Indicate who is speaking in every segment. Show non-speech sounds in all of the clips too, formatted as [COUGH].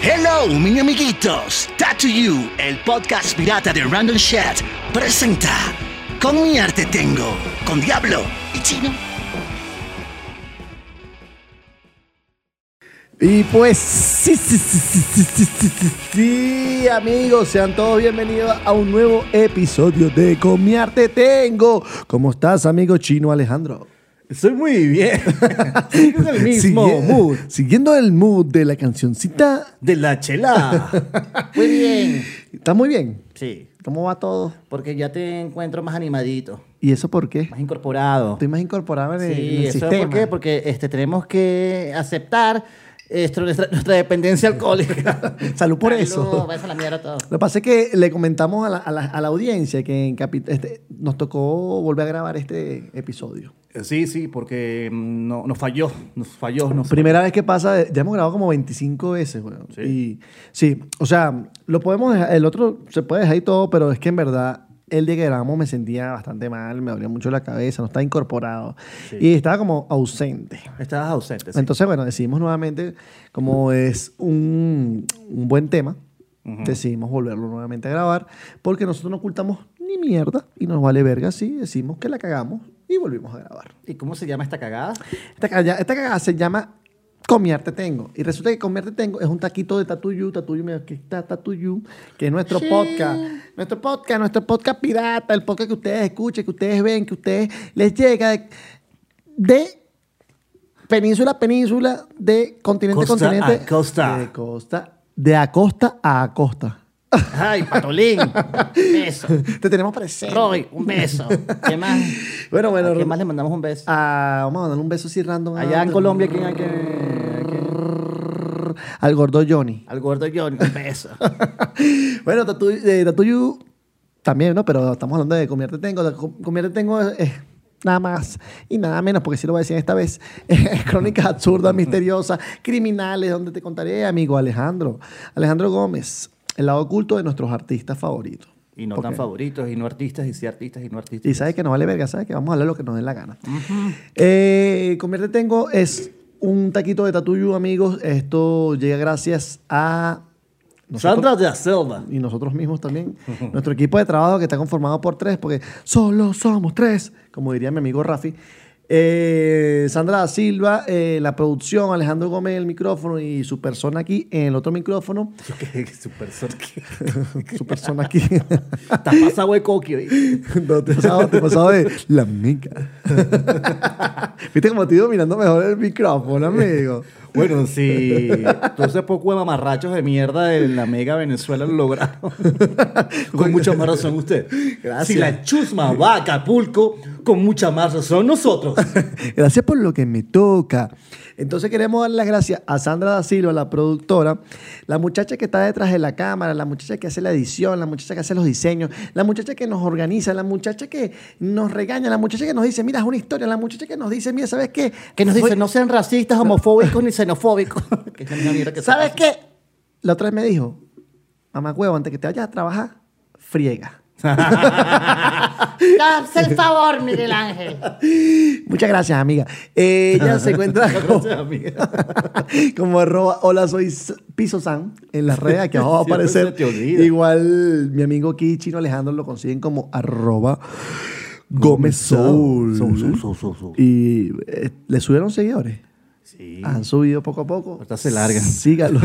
Speaker 1: Hello, mis amiguitos. Tattoo You, el podcast pirata de Random Chat, presenta Con mi arte tengo, con Diablo y Chino.
Speaker 2: Y pues, sí, sí, sí, sí, sí, sí, sí, sí, sí, amigos, sean todos bienvenidos a un nuevo episodio de Con mi arte tengo. ¿Cómo estás, amigo chino Alejandro?
Speaker 3: Estoy muy bien. es el mismo
Speaker 2: Sigui-
Speaker 3: mood
Speaker 2: [LAUGHS] Siguiendo el mood de la cancioncita,
Speaker 3: [LAUGHS] de la chela.
Speaker 4: [LAUGHS] Muy bien,
Speaker 2: está muy bien.
Speaker 4: sí,
Speaker 2: ¿Cómo va todo?
Speaker 4: porque ya te encuentro más animadito,
Speaker 2: ¿Y eso por qué?
Speaker 4: más incorporado.
Speaker 2: Estoy más incorporado en el, en
Speaker 4: Sí,
Speaker 2: el
Speaker 4: eso
Speaker 2: sistema.
Speaker 4: por qué, porque este, tenemos que aceptar esto, nuestra, nuestra
Speaker 3: [LAUGHS]
Speaker 4: dependencia alcohólica.
Speaker 2: Salud por eso.
Speaker 4: Salud, váyanse a la mierda todo.
Speaker 2: Lo que pasa es que le comentamos a la, a la- a la audiencia que en capi- este, nos tocó volver a grabar este episodio.
Speaker 3: sí, sí, porque mm, no, nos falló, nos falló. Nos...
Speaker 2: Primera vez que pasa, eh, ya hemos grabado como 25 veces, weón.
Speaker 3: Sí.
Speaker 2: Y, sí, o sea, lo podemos dejar, el otro se puede dejar y todo, pero es que en verdad el día que grabamos me sentía bastante mal, me dolía mucho la cabeza, no estaba incorporado y estaba como ausente.
Speaker 3: Estabas ausente. sí.
Speaker 2: Entonces, bueno, decidimos nuevamente, como es un, un buen tema, decidimos volverlo nuevamente a grabar porque nosotros no ocultamos ni mierda y nos vale verga, sí, decimos que la cagamos y volvimos a grabar.
Speaker 4: ¿Y cómo se llama esta cagada?
Speaker 2: Esta cagada, esta cagada se llama Comiarte Tengo. Y resulta que Comiarte Tengo es un taquito de Tatuyu, Tatuyu, mira, que está Tatuyu, que es nuestro podcast. Nuestro podcast, nuestro podcast pirata, el podcast que ustedes escuchan, que ustedes ven, que ustedes les llega de, de península a península, de continente
Speaker 3: Costa
Speaker 2: a continente.
Speaker 3: a costa.
Speaker 2: De costa. De acosta a acosta.
Speaker 4: Ay, Patolín, un beso.
Speaker 2: [LAUGHS] Te tenemos presente.
Speaker 4: Roy, un beso. ¿Qué más?
Speaker 2: Bueno, bueno.
Speaker 4: ¿A quién más le mandamos un beso?
Speaker 2: Ah, vamos a mandar un beso así random. a-
Speaker 4: Allá en Colombia, ¿quién hay que...? hay que-
Speaker 2: Al gordo Johnny.
Speaker 4: Al gordo Johnny, un beso.
Speaker 2: [LAUGHS] bueno, Tatu- eh, Tatuyu también, ¿no? Pero estamos hablando de Comierte Tengo. De Com- Comierte Tengo es es nada más y nada menos, porque sí lo voy a decir esta vez. [LAUGHS]
Speaker 3: [LAUGHS]
Speaker 2: Crónicas absurdas, misteriosas, criminales, donde te contaré, amigo Alejandro. Alejandro Gómez, el lado oculto de nuestros artistas favoritos.
Speaker 3: Y no
Speaker 2: ¿Por
Speaker 3: tan
Speaker 2: qué?
Speaker 3: favoritos, y no artistas, y sí artistas, y no artistas.
Speaker 2: Y sabes que no vale verga, sabes que vamos a hablar lo que nos dé la gana. Eh, Comierte Tengo es un taquito de tatuyu, amigos. Esto llega gracias a... nosotros-
Speaker 3: Sandra de la
Speaker 2: [LAUGHS]
Speaker 3: Selva.
Speaker 2: y nosotros mismos también. Nuestro equipo de trabajo que está conformado por tres, porque solo somos tres, como diría mi amigo Rafi. Eh, Sandra da Silva, eh, la producción, Alejandro Gómez, el micrófono y su persona aquí en el otro micrófono.
Speaker 3: Qué super sor- qué-
Speaker 2: su persona aquí. [LAUGHS]
Speaker 3: Estás pasado de coquio. ¿eh?
Speaker 2: no, te he pasado, te he pasado de la mica. [LAUGHS] Viste como te iba mirando mejor el micrófono, amigo.
Speaker 3: Bueno, si todo ese poco de mamarrachos de mierda de la mega Venezuela lo lograron. con mucha más razón usted.
Speaker 2: Gracias.
Speaker 3: Si la chusma va a Acapulco, con mucha más razón nosotros.
Speaker 2: [LAUGHS] Gracias por lo que me toca. Entonces queremos dar las gracias a Sandra da Silva, la productora, la muchacha que está detrás de la cámara, la muchacha que hace la edición, la muchacha que hace los diseños, la muchacha que nos organiza, la muchacha que nos regaña, la muchacha que nos dice, mira, es una historia, la muchacha que nos dice, mira, ¿sabes qué?
Speaker 4: Que nos
Speaker 2: Fue-
Speaker 4: dicen, no sean racistas, homofóbicos ni
Speaker 3: [LAUGHS]
Speaker 4: xenofóbicos. Que es la misma mierda que se
Speaker 2: ¿Sabes
Speaker 4: pasa.
Speaker 2: qué? La otra vez me dijo, mamá huevo, antes que te vayas a trabajar,
Speaker 4: [LAUGHS]
Speaker 2: friega.
Speaker 4: Hazte el favor, Miguel Ángel.
Speaker 2: Muchas gracias, amiga. Eh, Ella se
Speaker 4: [LAUGHS]
Speaker 2: encuentra como,
Speaker 3: Gracias, amiga.
Speaker 2: [LAUGHS] como arroba hola soy S- Piso San en las redes. Aquí abajo va a
Speaker 3: Siempre se
Speaker 2: aparecer.
Speaker 3: te olvida.
Speaker 2: Igual mi amigo aquí, Chino Alejandro, lo consiguen como arroba Gómez Soul.
Speaker 3: Soul, soul, soul, soul, soul.
Speaker 2: Y eh, le subieron seguidores.
Speaker 3: Sí.
Speaker 2: Han subido poco a poco.
Speaker 3: Ahorita se largan. [LAUGHS]
Speaker 2: Sígalo.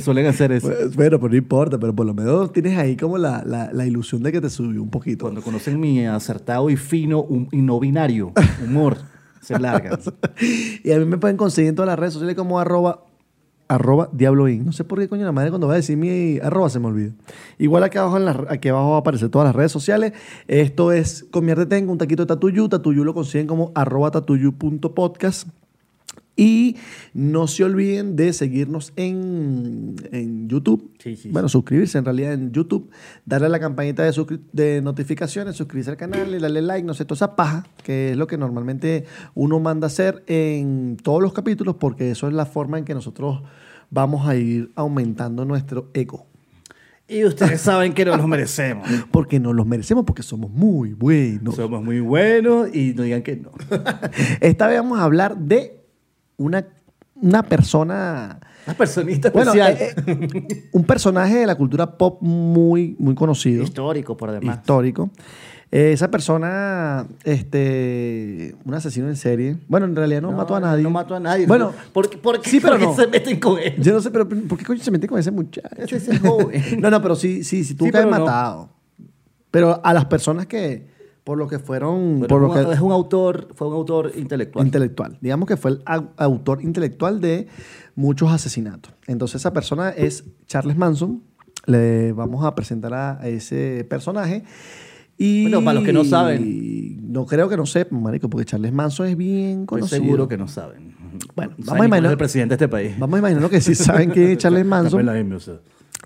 Speaker 3: Suelen hacer eso.
Speaker 2: bueno, pero no importa, pero por lo menos tienes ahí como la, la- la ilusión de que te subió un poquito.
Speaker 3: Cuando conocen mi acertado y fino hum- y no binario humor, se largan.
Speaker 2: [LAUGHS] Y a mí me pueden conseguir en todas las redes sociales como arroba, arroba diabloin. No sé por qué coño la madre cuando va a decir mi arroba se me olvida. Igual aquí abajo, en la- aquí abajo va a aparecer todas las redes sociales. Esto es Comierte Tengo, un taquito de Tatuyu. Tatuyu lo consiguen como arroba tatuyu.podcast. Y no se olviden de seguirnos en, en YouTube.
Speaker 3: Sí, sí, sí.
Speaker 2: bueno, suscribirse en realidad en YouTube. Darle a la campanita de, suscri- de notificaciones, suscribirse al canal, y darle like, no sé, toda esa paja, que es lo que normalmente uno manda a hacer en todos los capítulos, porque eso es la forma en que nosotros vamos a ir aumentando nuestro ego.
Speaker 3: Y ustedes saben que no los merecemos.
Speaker 2: Porque nos los merecemos, porque somos muy buenos.
Speaker 3: Somos muy buenos y no digan que no.
Speaker 2: Esta vez vamos a hablar de una, una persona.
Speaker 3: Una personita
Speaker 2: Bueno,
Speaker 3: especial.
Speaker 2: eh, eh, un personaje de la cultura pop muy, muy conocido.
Speaker 4: Histórico, por demás.
Speaker 2: histórico. Eh, esa persona, este, un asesino en serie. Bueno, en realidad no, mató a nadie.
Speaker 4: No mató a nadie.
Speaker 2: Bueno,
Speaker 4: ¿por, qué- por qué,
Speaker 2: sí, pero
Speaker 4: por qué
Speaker 2: no.
Speaker 4: se meten con él?
Speaker 2: yo no sé, pero ¿por qué coño se mete con ese muchacho?
Speaker 4: Ese es el joven.
Speaker 2: [LAUGHS] no, no, pero sí, sí, sí, tú
Speaker 3: Sí,
Speaker 2: que has
Speaker 3: pero no.
Speaker 2: matado. Pero a las personas que, por lo que fueron,
Speaker 4: Pero
Speaker 2: por lo
Speaker 4: es un-
Speaker 2: que
Speaker 4: es un autor, fue un autor intelectual.
Speaker 2: intelectual. Digamos que fue el au- autor intelectual de muchos asesinatos. Entonces esa persona es Charles Manson. Le vamos a presentar a a ese personaje. Y
Speaker 4: Bueno, para los que no
Speaker 2: saben. No creo que no sepan, marico, porque Charles Manson es bien
Speaker 4: Estoy
Speaker 2: conocido.
Speaker 4: seguro que no saben.
Speaker 2: Bueno,
Speaker 4: Saben
Speaker 2: vamos a
Speaker 4: ni quién
Speaker 2: imaginar-
Speaker 4: es el presidente de este país.
Speaker 2: Vamos a imaginar que sí saben quién es
Speaker 4: [LAUGHS]
Speaker 2: Charles
Speaker 3: Dame
Speaker 2: Manson.
Speaker 3: la M, o sea.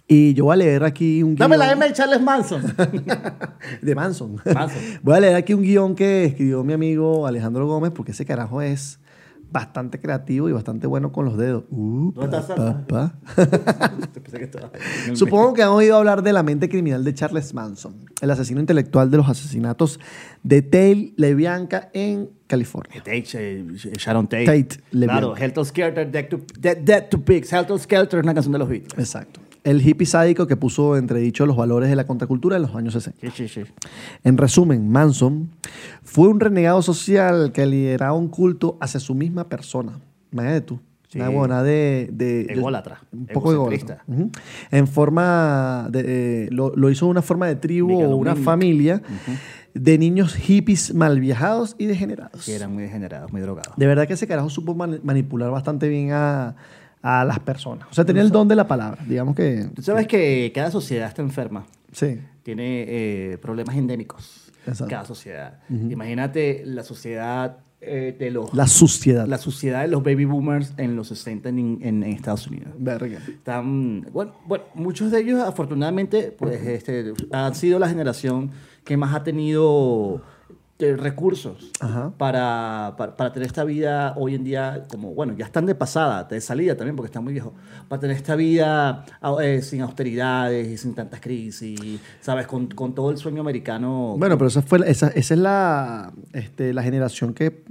Speaker 2: Y yo voy a leer aquí un guión.
Speaker 4: Dame la M de Charles Manson.
Speaker 2: De Manson.
Speaker 4: Manson.
Speaker 2: [LAUGHS] Voy a leer aquí un guión que escribió mi amigo Alejandro Gómez, porque ese carajo es bastante creativo y bastante bueno con los dedos. Uh,
Speaker 4: ¿Dónde
Speaker 2: pa,
Speaker 4: está
Speaker 2: pa, pa.
Speaker 4: [LAUGHS] Pensé que estaba-
Speaker 2: [LAUGHS] Supongo que han oído hablar de la mente criminal de Charles Manson, el asesino intelectual de los asesinatos de Tate LeBianca en California.
Speaker 4: Tate, eh, Sharon Tate.
Speaker 2: Tate, le
Speaker 4: claro,
Speaker 2: veo.
Speaker 4: Helter Skelter, Dead to, Dead- Dead to Pigs. Helter Skelter es una canción de los Beatles.
Speaker 2: Exacto. El hippie sádico que puso entre dicho los valores de la contracultura en los años 60.
Speaker 4: Sí, sí, sí.
Speaker 2: En resumen, Manson fue un renegado social que lideraba un culto hacia su misma persona. Imagínate tú. Una huevonada de, de... yo-
Speaker 4: Ególatra,
Speaker 2: Un poco ególatra.
Speaker 4: egocentrista.
Speaker 2: Ujú. En forma... De, eh, lo, lo hizo una forma de tribu o una familia de niños hippies mal viajados y degenerados.
Speaker 4: Que eran muy degenerados, muy drogados.
Speaker 2: De verdad que ese carajo supo man- manipular bastante bien a, a las personas. O sea, tenía el don de la palabra. Digamos que...
Speaker 4: Tú sabes que cada sociedad está enferma.
Speaker 2: Sí.
Speaker 4: tiene eh, problemas endémicos.
Speaker 2: Exacto.
Speaker 4: Cada sociedad. Imagínate la sociedad eh, de los.
Speaker 2: La
Speaker 4: La,
Speaker 2: suciedad.
Speaker 4: sociedad de los baby boomers en los 60 en, en- en Estados Unidos.
Speaker 2: Verga.
Speaker 4: Están, bueno, bueno, muchos de ellos, afortunadamente, pues este, han sido la generación que más ha tenido eh, recursos
Speaker 2: Ajá.
Speaker 4: para, para, para tener esta vida hoy en día, como, bueno, ya están de pasada, de salida también, porque están muy viejos, para tener esta vida ah, eh, sin austeridades y sin tantas crisis, ¿sabes? Con, con todo el sueño americano.
Speaker 2: Bueno, pero esa, fue, la- esa, esa es la, este, la generación que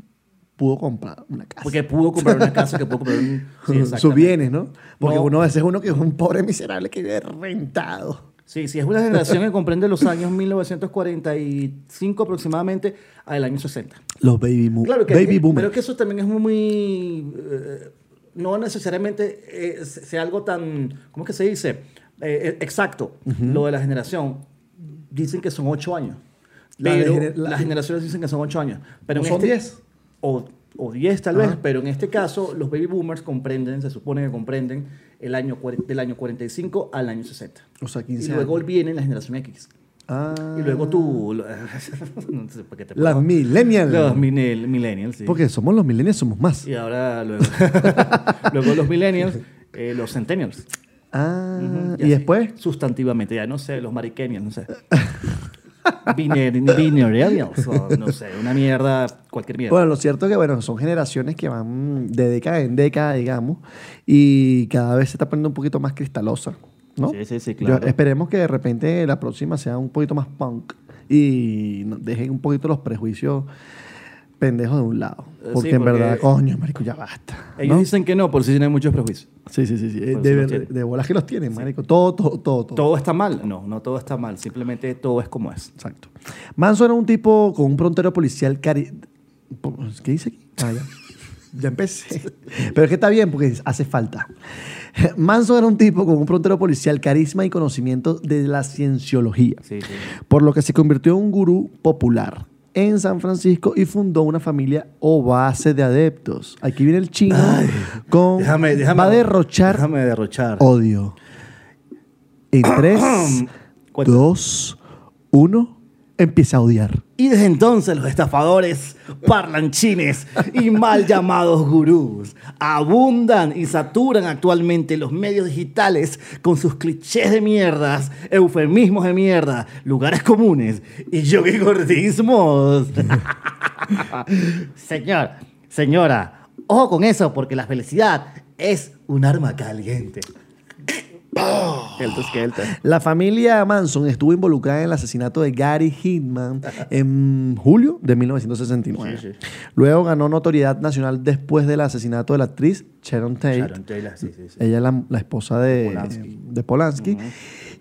Speaker 2: pudo comprar una casa. [LAUGHS]
Speaker 4: porque pudo comprar una casa, que pudo comprar un... sí,
Speaker 2: Sus
Speaker 4: exactamente.
Speaker 2: bienes, ¿no? Porque
Speaker 4: No.
Speaker 2: uno a veces es uno que es un pobre miserable que vive rentado.
Speaker 4: Sí, sí, es una generación que comprende los años 1945 aproximadamente al año 60.
Speaker 2: Los baby, boom-
Speaker 4: Claro que,
Speaker 2: baby
Speaker 4: eh,
Speaker 2: boomers.
Speaker 4: Pero que eso también es muy... eh, no necesariamente eh, sea algo tan... ¿Cómo es que se dice? Eh, eh, exacto. Lo de la generación. Dicen que son ocho años.
Speaker 2: La
Speaker 4: pero
Speaker 2: de gener- la-
Speaker 4: las generaciones dicen que son ocho años. Pero
Speaker 2: ¿O
Speaker 4: en
Speaker 2: son
Speaker 4: este-
Speaker 2: diez?
Speaker 4: O, o diez tal
Speaker 2: Ajá.
Speaker 4: vez. Pero en este caso, los baby boomers comprenden, se supone que comprenden, el año, cuare- del año 45 al año 60.
Speaker 2: o sea, 15
Speaker 4: Y luego
Speaker 2: años.
Speaker 4: viene la generación X.
Speaker 2: Ah,
Speaker 4: Y luego tú... [LAUGHS] no sé por qué te
Speaker 2: Las millennials.
Speaker 4: los minel- millennials, sí.
Speaker 2: Porque somos los millennials, somos más.
Speaker 4: Y
Speaker 2: [LAUGHS]
Speaker 4: ahora luego, luego los millennials, eh, los centennials.
Speaker 2: Ah,
Speaker 4: Ujú,
Speaker 2: y
Speaker 4: así,
Speaker 2: después,
Speaker 4: Sustantivamente, ya no sé, los mariquenials, no sé. Biner- Binarials, o no sé, una mierda, cualquier mierda.
Speaker 2: Bueno, lo cierto es que bueno, son generaciones que van de década en década, digamos, y cada vez se está poniendo un poquito más cristalosa, ¿no?
Speaker 4: Sí, sí, sí,
Speaker 2: Yo-
Speaker 4: claro.
Speaker 2: esperemos que de repente la próxima sea un poquito más punk y no- dejen un poquito los prejuicios pendejos de un lado.
Speaker 4: Eh, sí,
Speaker 2: Porque en
Speaker 4: porque-
Speaker 2: verdad, coño, marico, ya basta.
Speaker 4: Ellos
Speaker 2: ¿no?
Speaker 4: dicen que no, por si tienen muchos prejuicios.
Speaker 2: Sí, sí, sí. sí. Eh,
Speaker 4: Por
Speaker 2: De,
Speaker 4: eso los
Speaker 2: ver-
Speaker 4: tienen.
Speaker 2: de bolas que los tienen, marico. Todo, todo, todo, todo.
Speaker 4: ¿Todo está mal? No, no todo está mal, simplemente todo es como es.
Speaker 2: Exacto. Manson era un tipo con un frontero policial cari... po- ¿Qué dice aquí?
Speaker 3: [LAUGHS]
Speaker 2: Ah, ya. Ya empecé. Pero es que está bien porque hace falta. Manson era un tipo con un frontero policial, carisma y conocimiento de la cienciología,
Speaker 4: Sí, sí.
Speaker 2: por lo que se convirtió en un gurú popular en San Francisco y fundó una familia o base de adeptos. Aquí viene el chino con
Speaker 3: Déjame, déjame.
Speaker 2: va a derrochar
Speaker 3: Déjame derrochar.
Speaker 2: odio. [COUGHS] En 3,
Speaker 4: Cuenta.
Speaker 2: 2, 1, empieza a odiar.
Speaker 4: Y desde entonces los estafadores, parlanchines y mal llamados gurús abundan y saturan actualmente los medios digitales con sus clichés de mierdas, eufemismos de mierda, lugares comunes y yogigordismos. [LAUGHS] Señor, señora, ojo con eso porque la felicidad es un arma caliente.
Speaker 5: Helter Skelter.
Speaker 2: La familia Manson estuvo involucrada en el asesinato de Gary Hitman en julio de 1969.
Speaker 5: Sí, sí.
Speaker 2: Luego ganó notoriedad nacional después del asesinato de la actriz Sharon Tate.
Speaker 4: Sharon Taylor, sí, sí, sí.
Speaker 2: Ella es la, la esposa de
Speaker 4: Polanski.
Speaker 2: de Polanski.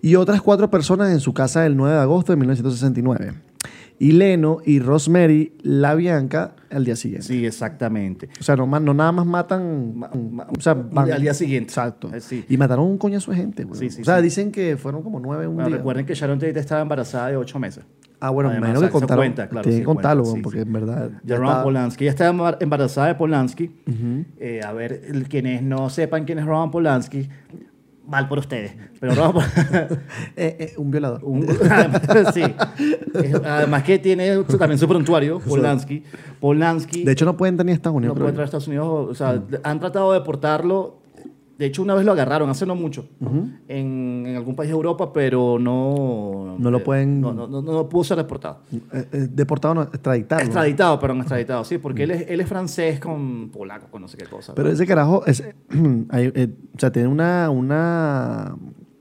Speaker 2: Y otras cuatro personas en su casa el 9 de agosto de 1969. Y Leno y Rosemary La Bianca al día siguiente.
Speaker 4: Sí, exactamente.
Speaker 2: O sea, no, ma- no nada más matan.
Speaker 4: Ma- ma-
Speaker 2: o sea, van-
Speaker 4: al día siguiente.
Speaker 2: Exacto.
Speaker 4: Eh, sí.
Speaker 2: Y mataron un coñazo de gente, güey.
Speaker 4: Sí, sí,
Speaker 2: O sea,
Speaker 4: sí.
Speaker 2: dicen que fueron como nueve en un
Speaker 4: Bueno,
Speaker 2: día.
Speaker 4: recuerden que Sharon Tate estaba embarazada de ocho meses.
Speaker 2: Ah, bueno,
Speaker 4: Además,
Speaker 2: menos que
Speaker 4: eso
Speaker 2: contaron.
Speaker 4: cuenta, claro,
Speaker 2: tienen
Speaker 4: sí,
Speaker 2: que contarlo, güey,
Speaker 4: cuenta, sí,
Speaker 2: porque
Speaker 4: sí.
Speaker 2: en verdad.
Speaker 4: De Roman Polanski. Ella estaba embar- embarazada de Polanski. Eh, a ver, el- quienes no sepan quién es Roman Polanski, mal por ustedes. Pero Roman Polanski.
Speaker 2: Eh, eh, un violador.
Speaker 4: [LAUGHS] Un- además, [LAUGHS] sí. Es- Además que tiene su- también su prontuario, Polanski. Polanski
Speaker 2: De hecho, no pueden entrar ni a Estados
Speaker 4: no
Speaker 2: Unidos.
Speaker 4: puede
Speaker 2: creo
Speaker 4: entrar a Estados Unidos. O sea, han tratado de deportarlo. De hecho, una vez lo agarraron, hace no mucho, en, en algún país de Europa, pero no...
Speaker 2: No lo pueden-
Speaker 4: No, no, no- no pudo ser deportado.
Speaker 2: yo. Eh, eh, deportado, no, extraditado. ¿no?
Speaker 4: Extraditado, perdón, extraditado, sí, porque él es, él es francés con polaco, con no sé qué cosa.
Speaker 2: Mm. Pero ese carajo, ese, [CLEARS THROAT] hay, eh, o sea, tiene una, una,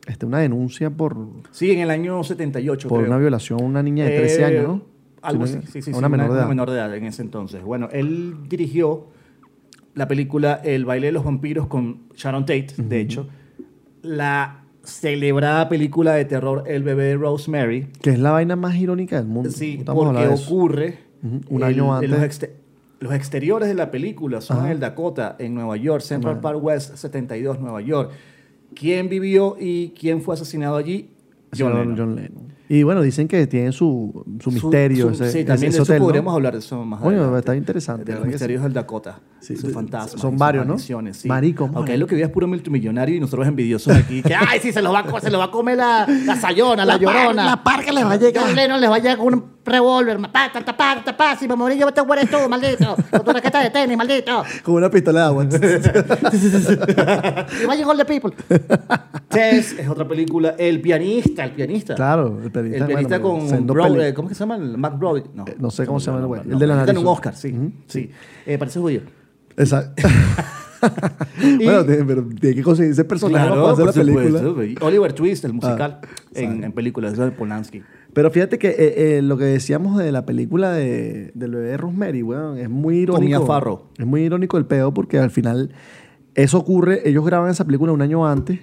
Speaker 2: este, una denuncia por,
Speaker 4: sí, en el año 78,
Speaker 2: por
Speaker 4: creo.
Speaker 2: una violación a una niña de 13
Speaker 4: Eh,
Speaker 2: años, ¿no?
Speaker 4: Algo
Speaker 2: Sí,
Speaker 4: así,
Speaker 2: ¿no?
Speaker 4: sí, sí.
Speaker 2: A
Speaker 4: sí,
Speaker 2: una menor de edad.
Speaker 4: en ese entonces. Bueno, él dirigió la película El baile de los vampiros con Sharon Tate, de hecho. La celebrada película de terror El bebé de Rosemary.
Speaker 2: Que es la vaina más irónica del mundo.
Speaker 4: Sí,
Speaker 2: Estamos
Speaker 4: porque
Speaker 2: hablando de eso.
Speaker 4: ocurre
Speaker 2: Ujú, un año
Speaker 4: en los,
Speaker 2: antes.
Speaker 4: exte- los exteriores de la película son en el Dakota, en Nueva York, Central Park West 72, Nueva York. ¿Quién vivió y quién fue asesinado allí? John
Speaker 2: John,
Speaker 4: Lennon.
Speaker 2: John Lennon. Y bueno, dicen que tiene su, su
Speaker 4: Su-
Speaker 2: misterio.
Speaker 4: su-
Speaker 2: ese,
Speaker 4: sí, también
Speaker 2: ese
Speaker 4: de eso
Speaker 2: hotel, ¿no?
Speaker 4: podríamos hablar de eso más
Speaker 2: Coño,
Speaker 4: adelante.
Speaker 2: está interesante,
Speaker 4: De
Speaker 2: la
Speaker 4: los
Speaker 2: verdad que
Speaker 4: misterios del Dakota.
Speaker 2: Sí,
Speaker 4: sus
Speaker 2: de-
Speaker 4: fantasmas.
Speaker 2: son
Speaker 4: y sus
Speaker 2: varios, ¿no?
Speaker 4: maldiciones, Sí.
Speaker 2: Marico,
Speaker 4: Aunque
Speaker 2: mano.
Speaker 4: él lo que veía es puro multimillonario y nosotros envidiosos aquí. Que, ay, sí, se los va a, co- se los va a comer la,
Speaker 2: [LAUGHS]
Speaker 4: la sayona, la, llorona.
Speaker 1: La parca les va a llegar.
Speaker 4: John Lennon les va a llegar con un revólver. Pa, ta, ta, pa, ta, pa, si me morí yo te mueres tú, maldito. Con tu raqueta de tenis, maldito.
Speaker 2: Como una pistola de agua.
Speaker 4: Y vayan all the people. Chess es otra película. El pianista, el pianista.
Speaker 2: [LAUGHS] claro, el pianista,
Speaker 4: El pianista
Speaker 2: bueno,
Speaker 4: con
Speaker 2: siendo
Speaker 4: Bro-
Speaker 2: peli-
Speaker 4: eh, ¿Cómo es que se llama? El Mac Brody. No,
Speaker 2: Eh, no sé cómo se llama el güey.
Speaker 4: No,
Speaker 2: El de la
Speaker 4: no,
Speaker 2: nariz.
Speaker 4: en un Oscar, sí.
Speaker 2: Ujú,
Speaker 4: sí. Eh, parece judío. [LAUGHS]
Speaker 2: Exacto. bueno, tiene, pero tiene que conseguirse ese personaje para hacer la película.
Speaker 4: película. Oliver Twist, el musical,
Speaker 2: Ah,
Speaker 4: en, en películas de Polanski.
Speaker 2: Pero fíjate que eh, eh, lo que decíamos de la película de, del bebé Rosemary, weón, es muy irónico.
Speaker 4: Mia Farrow.
Speaker 2: Es muy irónico el pedo porque al final eso ocurre, ellos graban esa película un año antes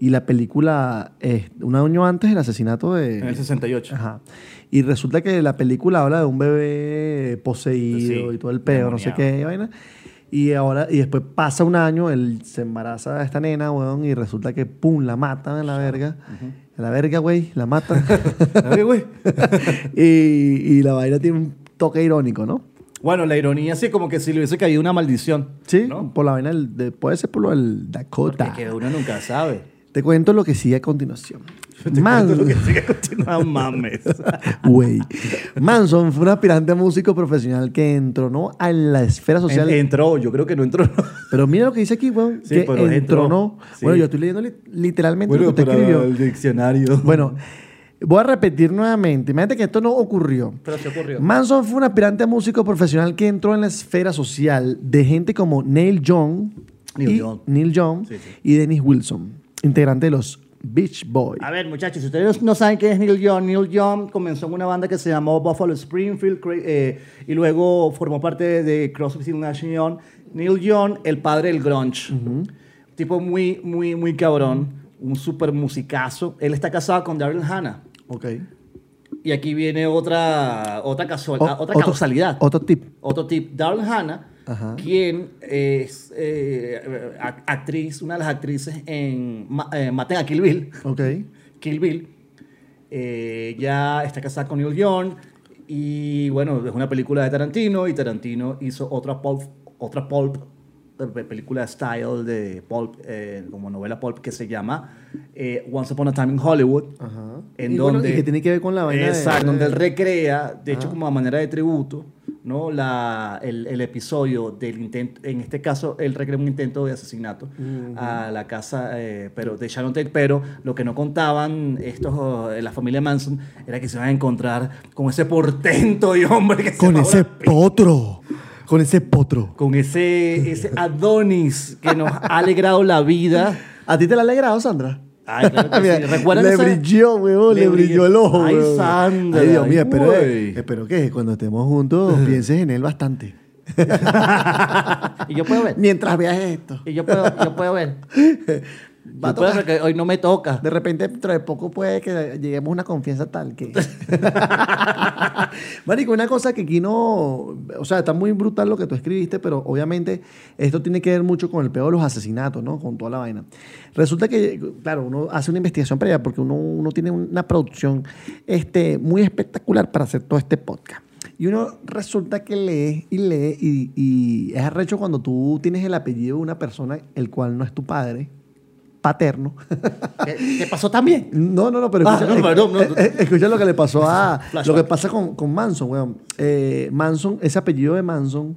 Speaker 2: y la película es un año antes del asesinato de...
Speaker 4: En el 68.
Speaker 2: Ajá. Y resulta que la película habla de un bebé poseído
Speaker 4: Sí,
Speaker 2: y todo el pedo, no sé
Speaker 4: endemoniado.
Speaker 2: qué vaina. Y ahora, y después pasa un año, él se embaraza de esta nena, weón, y resulta que pum, la matan en la verga. En la verga, güey, la
Speaker 4: [LAUGHS]
Speaker 2: matan.
Speaker 4: Ay, güey.
Speaker 2: [LAUGHS] y, y la vaina tiene un toque irónico, ¿no?
Speaker 4: Bueno, la ironía sí, como que si le hubiese caído una maldición.
Speaker 2: Sí,
Speaker 4: ¿no?
Speaker 2: por la vaina del, de- puede ser por lo del
Speaker 4: Porque
Speaker 2: Dakota.
Speaker 4: que uno nunca sabe.
Speaker 2: [LAUGHS] Te cuento lo que sigue a
Speaker 4: [LAUGHS]
Speaker 2: continuación. Man-
Speaker 4: No mames.
Speaker 2: [LAUGHS] Güey. Manson fue un aspirante a músico profesional que entronó a la esfera social.
Speaker 4: En- entró, yo creo que no entró.
Speaker 2: Pero mira lo que dice aquí, weón.
Speaker 4: Sí,
Speaker 2: que
Speaker 4: pero
Speaker 2: entronó.
Speaker 4: entró. Sí.
Speaker 2: Bueno, yo estoy leyendo li- literalmente lo que usted
Speaker 4: pero
Speaker 2: escribió.
Speaker 4: diccionario.
Speaker 2: Bueno, voy a repetir nuevamente. Imagínate que esto no ocurrió.
Speaker 4: Pero se ocurrió.
Speaker 2: Manson fue un aspirante a músico profesional que entró en la esfera social de gente como Neil Young,
Speaker 4: Neil
Speaker 2: y,
Speaker 4: Young.
Speaker 2: Neil Young
Speaker 4: Sí, sí.
Speaker 2: y Dennis Wilson, integrante de los Beach Boys.
Speaker 4: A ver, muchachos, si ustedes no saben quién es Neil Young, Neil Young comenzó en una banda que se llamó Buffalo Springfield cre- eh, y luego formó parte de Crosby, Stills, Nash Young. Neil Young, el padre del grunge. Tipo muy, muy, muy cabrón. Un súper musicazo. Él está casado con Daryl Hannah.
Speaker 2: Ok.
Speaker 4: Y aquí viene otra, otra, casual-
Speaker 2: O-
Speaker 4: ah, otra
Speaker 2: otro-
Speaker 4: causalidad.
Speaker 2: Otro tip.
Speaker 4: Otro tip, Daryl Hannah,
Speaker 2: Ajá.
Speaker 4: quien es eh, ac- actriz, una de las actrices en Ma- eh, Maten a Kill Bill.
Speaker 2: Ok.
Speaker 4: Kill Bill. Eh, ya está casada con Neil Young. Y bueno, es una película de Tarantino. Y Tarantino hizo otra pulp, otra pulp eh, película style de pulp, eh, como novela pulp, que se llama eh, Once Upon a Time in Hollywood.
Speaker 2: Ajá.
Speaker 4: En
Speaker 2: Y bueno,
Speaker 4: donde.
Speaker 2: y que tiene que ver con la vaina de-
Speaker 4: Exacto,
Speaker 2: de-
Speaker 4: donde él recrea, de hecho,
Speaker 2: Ajá.
Speaker 4: como a manera de tributo, ¿no? La, el, el episodio del intento, en este caso, él recrea un intento de asesinato a la casa eh, pero, de Sharon Tate, pero lo que no contaban estos, oh, la familia Manson, era que se iban a encontrar con ese portento de hombre que se
Speaker 2: Con
Speaker 4: llamaba-
Speaker 2: ese potro. Con ese potro.
Speaker 4: Con ese, ese Adonis que nos ha alegrado la vida.
Speaker 2: ¿A ti te la ha alegrado, Sandra?
Speaker 4: Ay, claro que
Speaker 2: [LAUGHS] Mira,
Speaker 4: sí. ¿Recuerdan
Speaker 2: le
Speaker 4: esa-
Speaker 2: brilló, weón, le,
Speaker 4: Le
Speaker 2: brilló,
Speaker 4: brilló.
Speaker 2: el ojo.
Speaker 4: Ay,
Speaker 2: weón.
Speaker 4: Sandra,
Speaker 2: Ay, Dios mío,
Speaker 4: ay,
Speaker 2: espero,
Speaker 4: güey.
Speaker 2: espero que cuando estemos juntos pienses en él bastante.
Speaker 4: Y yo puedo ver.
Speaker 2: Mientras veas esto.
Speaker 4: Y yo puedo, yo
Speaker 2: [LAUGHS]
Speaker 4: puedo ver.
Speaker 2: Va a
Speaker 4: Yo puedo
Speaker 2: tocar.
Speaker 4: ver que hoy no me toca.
Speaker 2: De repente, dentro de poco puede que lleguemos a una confianza tal que. Marico, una cosa que aquí no. O sea, está muy brutal lo que tú escribiste, pero obviamente esto tiene que ver mucho con el peor de los asesinatos, ¿no? Con toda la vaina. Resulta que, claro, uno hace una investigación previa porque uno, uno tiene una producción este, muy espectacular para hacer todo este podcast. Y uno resulta que lee y lee y, y es arrecho cuando tú tienes el apellido de una persona el cual no es tu padre paterno.
Speaker 4: ¿Te, te pasó también?
Speaker 2: No, no, no, pero
Speaker 4: Ah,
Speaker 2: escucha,
Speaker 4: no,
Speaker 2: eh,
Speaker 4: perdón, no.
Speaker 2: eh, eh, escucha lo que le pasó a.
Speaker 4: [LAUGHS] Flashback.
Speaker 2: Lo que pasa con, con Manson, weón. Eh, Manson, ese apellido de Manson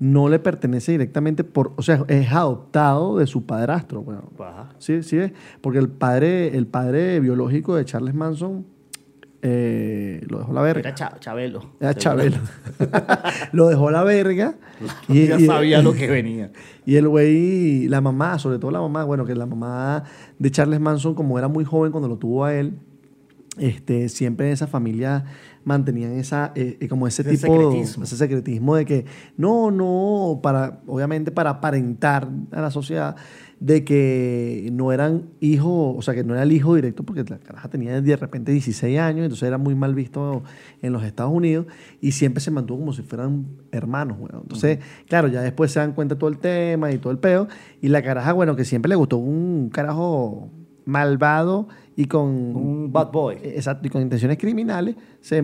Speaker 2: no le pertenece directamente por. O sea, es adoptado de su padrastro, weón.
Speaker 4: Ajá.
Speaker 2: Sí, sí, es. Porque el padre, el padre biológico de Charles Manson eh, lo dejó a la verga.
Speaker 4: Era Cha- Chabelo.
Speaker 2: Era Chabelo. [LAUGHS] lo dejó a la verga. y-
Speaker 4: ya
Speaker 2: y-
Speaker 4: sabía lo que venía.
Speaker 2: y el güey, la mamá, sobre todo la mamá, bueno, que la mamá de Charles Manson, como era muy joven cuando lo tuvo a él, este, siempre esa familia mantenían esa, eh, eh, como ese,
Speaker 4: Ese
Speaker 2: tipo,
Speaker 4: secretismo.
Speaker 2: ese secretismo de que, no, no, para, obviamente para aparentar a la sociedad de que no eran hijos, o sea, que no era el hijo directo, porque la caraja tenía de repente 16 años, entonces era muy mal visto en los Estados Unidos, y siempre se mantuvo como si fueran hermanos, weón. Entonces, claro, ya después se dan cuenta todo el tema y todo el peo, y la caraja, bueno, que siempre le gustó un carajo malvado y con
Speaker 4: Un bad boy.
Speaker 2: E-, Exacto, y con intenciones criminales se,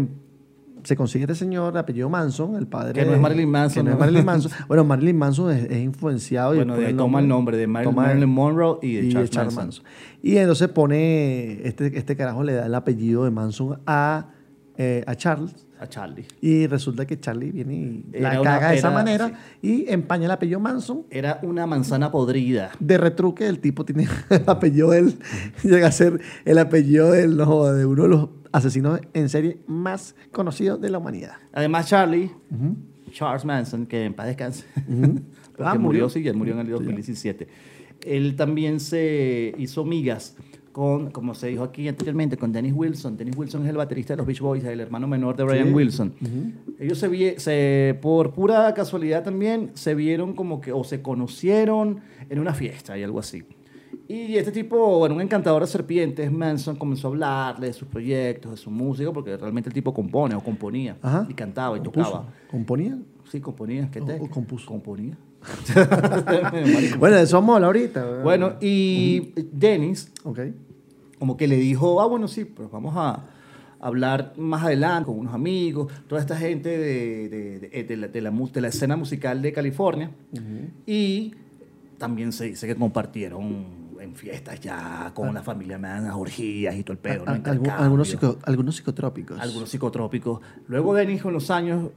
Speaker 2: se consigue este señor, de apellido Manson, el padre.
Speaker 4: Que no es Marilyn Manson,
Speaker 2: que no es
Speaker 4: ¿no? [LAUGHS]
Speaker 2: Marilyn Manson. Bueno, Marilyn Manson es, es influenciado. y
Speaker 4: Bueno,
Speaker 2: pone
Speaker 4: de ahí toma el nombre de Marilyn-
Speaker 2: pues, toma el-
Speaker 4: Marilyn Monroe y de Charles Manson.
Speaker 2: Y entonces pone, este, este carajo le da el apellido de Manson a, eh, a Charles.
Speaker 4: A Charlie.
Speaker 2: Y resulta que Charlie viene y la
Speaker 4: Era una-
Speaker 2: caga de esa
Speaker 4: era-
Speaker 2: manera y empaña el apellido Manson
Speaker 4: Era una manzana podrida.
Speaker 2: de retruque el tipo tiene el apellido de él, llega a ser el apellido de, él, no joda, de uno de los asesinos en serie más conocidos de la humanidad.
Speaker 4: Además, Charlie, Charles Manson, que en paz descanse, [LAUGHS] porque
Speaker 2: Ah, murió.
Speaker 4: murió, sí, ya murió en el 2017. Él también se hizo migas con, como se dijo aquí anteriormente, con Dennis Wilson. Dennis Wilson es el baterista de los Beach Boys, el hermano menor de Brian Wilson. Ellos se, vi- se, por pura casualidad también, se vieron como que, o se conocieron en una fiesta y algo así. Y este tipo, bueno, un encantador de serpientes, Manson, comenzó a hablarle de sus proyectos, de su música, porque realmente el tipo compone o componía
Speaker 2: Ajá.
Speaker 4: y cantaba y
Speaker 2: Compuso,
Speaker 4: tocaba.
Speaker 2: Componía.
Speaker 4: Sí, componía. ¿Qué te?
Speaker 2: O- o compuso. [LAUGHS]
Speaker 4: Componía. Eh, Marico.
Speaker 2: Bueno, de eso vamos a hablar ahorita.
Speaker 4: bueno, y Dennis
Speaker 2: Ok.
Speaker 4: como que le dijo, ah, bueno, sí, pues vamos a hablar más adelante con unos amigos, toda esta gente de, de- eh, de- de la, de la mu- de la escena musical de California. Y también se dice que compartieron en fiestas ya
Speaker 2: Ah.
Speaker 4: con la familia, man, las orgías y todo el pedo. ¿no?
Speaker 2: Al- algu-
Speaker 4: Intercambio
Speaker 2: Ah, algunos, psico- algunos psicotrópicos.
Speaker 4: algunos psicotrópicos. Luego Dennis con los años,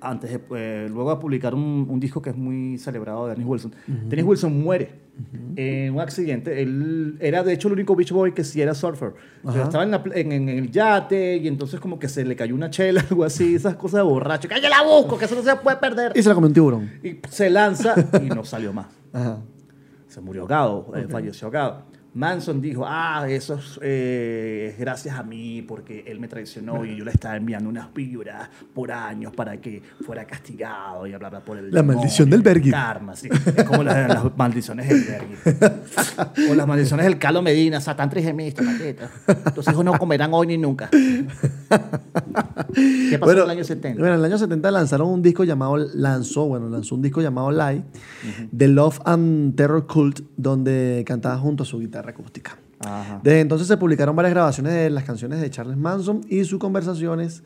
Speaker 4: antes de, eh, luego de publicar un, un disco que es muy celebrado de Dennis Wilson. Dennis Wilson muere en un accidente. Él era de hecho el único beach boy que sí era surfer. Pero
Speaker 2: Ajá.
Speaker 4: estaba en, la pl- en- en el yate y entonces como que se le cayó una chela, [LAUGHS] algo así, esas cosas de borracho. ¡Que yo la busco! Que eso no se puede perder.
Speaker 2: [LAUGHS] Y se la comió un tiburón.
Speaker 4: Y se lanza y no salió más
Speaker 2: Ajá.
Speaker 4: se murió ahogado, eh, falleció ahogado. Manson dijo, ah, eso es, eh, es gracias a mí porque él me traicionó y yo le estaba enviando unas vibras por años para que fuera castigado y bla, bla, por el
Speaker 2: La maldición del Bergit.
Speaker 4: Bergit. Karma, sí. Es como las, las maldiciones del
Speaker 2: [LAUGHS]
Speaker 4: Bergit. o las maldiciones del Calo Medina, Satán trigemista, maqueta. Tus hijos no comerán hoy ni nunca. ¿Qué pasó
Speaker 2: Bueno,
Speaker 4: en el año 70?
Speaker 2: Bueno, en el año 70 lanzaron un disco llamado, lanzó, bueno, lanzó un disco llamado Lie, The Love and Terror Cult, donde cantaba junto a su guitarra acústica.
Speaker 4: Ajá.
Speaker 2: Desde entonces se publicaron varias grabaciones de las canciones de Charles Manson y sus conversaciones,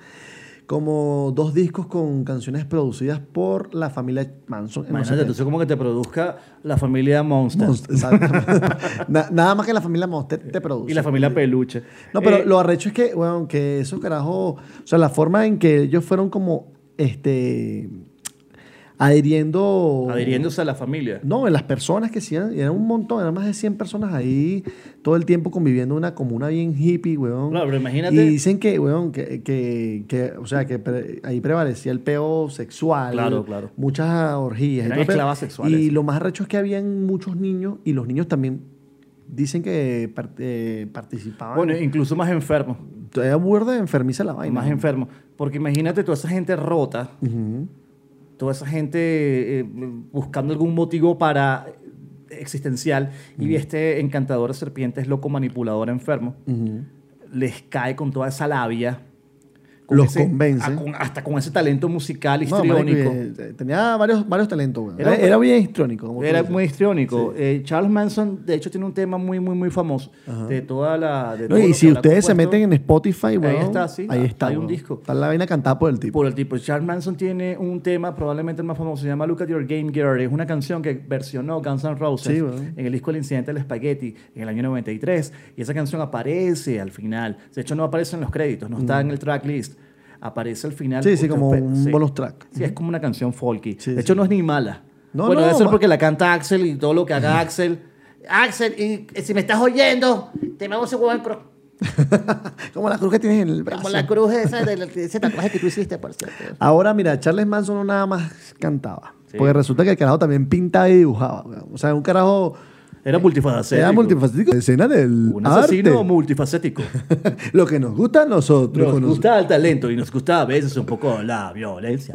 Speaker 2: como dos discos con canciones producidas por la familia Manson. en los
Speaker 4: Imagínate,
Speaker 2: 70.
Speaker 4: entonces como que te produzca la familia
Speaker 2: [LAUGHS]
Speaker 4: Monster,
Speaker 2: Exacto. Na- nada más que la familia Monster te produce.
Speaker 4: y la familia Peluche.
Speaker 2: No, pero
Speaker 4: Eh,
Speaker 2: lo arrecho es que, bueno, que esos carajos, o sea, la forma en que ellos fueron como, este, adhiriendo...
Speaker 4: adhiriéndose a la familia.
Speaker 2: No, en las personas que sí, eran, eran un montón, eran más de 100 personas ahí, todo el tiempo conviviendo en una comuna bien hippie, weón.
Speaker 4: Claro, pero imagínate-
Speaker 2: Y dicen que, weón, que, que, que, o sea, que pre- ahí prevalecía el peo sexual.
Speaker 4: Claro, claro.
Speaker 2: Muchas orgías. y
Speaker 4: Eran
Speaker 2: todo el peo.
Speaker 4: esclavas sexuales.
Speaker 2: Y lo más arrecho es que habían muchos niños y los niños también dicen que par- eh, participaban.
Speaker 4: Bueno, incluso más enfermo.
Speaker 2: Todavía burda enfermiza la vaina.
Speaker 4: Más enfermo. Porque imagínate toda esa gente rota, toda esa gente eh, buscando algún motivo para eh, existencial y este encantador de serpientes loco manipulador enfermo les cae con toda esa labia con
Speaker 2: Los convence.
Speaker 4: a- con- hasta con ese talento musical
Speaker 2: No, marico,
Speaker 4: histriónico
Speaker 2: eh, tenía varios, varios talentos, güey.
Speaker 4: Era
Speaker 2: Era,
Speaker 4: un-
Speaker 2: era bien histriónico. como tú
Speaker 4: Era
Speaker 2: dices.
Speaker 4: muy histriónico. Eh, Charles Manson, de hecho, tiene un tema muy, muy, muy famoso de toda la. de
Speaker 2: No,
Speaker 4: todo lo
Speaker 2: y
Speaker 4: que
Speaker 2: si
Speaker 4: habrá
Speaker 2: ustedes se
Speaker 4: compuesto
Speaker 2: meten en Spotify, güey.
Speaker 4: está, sí. Ah,
Speaker 2: Ahí está.
Speaker 4: Hay un
Speaker 2: güey.
Speaker 4: disco.
Speaker 2: Está la vaina cantada por el tipo.
Speaker 4: Por el tipo. Charles Manson tiene un tema, probablemente el más famoso, se llama Look at Your Game Girl. Es una canción que versionó Guns N' Roses
Speaker 2: Sí, weón.
Speaker 4: en el disco El Incidente del Spaghetti en el año 93. Y esa canción aparece al final. De hecho, no aparece en los créditos, no está en el tracklist. Aparece al final.
Speaker 2: Mm. Sí, sí,
Speaker 4: Usted
Speaker 2: como
Speaker 4: pe-
Speaker 2: un bonus track.
Speaker 4: Sí, es como una canción folky.
Speaker 2: Sí,
Speaker 4: de hecho,
Speaker 2: sí.
Speaker 4: no es ni mala.
Speaker 2: No,
Speaker 4: bueno,
Speaker 2: no,
Speaker 4: debe ser
Speaker 2: ma-
Speaker 4: porque la canta Axel y todo lo que haga Axel. Axel, y eh, si me estás oyendo, te mando ese huevo en cro-
Speaker 2: [LAUGHS] Como la cruz que tienes en el brazo.
Speaker 4: como la cruz esa de, la- de ese tatuaje que tú hiciste, por cierto.
Speaker 2: Ahora, mira, Charles Manson no nada más cantaba.
Speaker 4: Sí.
Speaker 2: Porque resulta que el carajo también pintaba y dibujaba. güey. O sea, un carajo
Speaker 4: Era multifacético.
Speaker 2: era multifacético. Escena del
Speaker 4: Un asesino
Speaker 2: arte.
Speaker 4: multifacético.
Speaker 2: [LAUGHS] Lo que nos gusta a nosotros.
Speaker 4: Nos
Speaker 2: con nosotros. [LAUGHS]
Speaker 4: gusta el talento y nos gusta a veces un poco la violencia.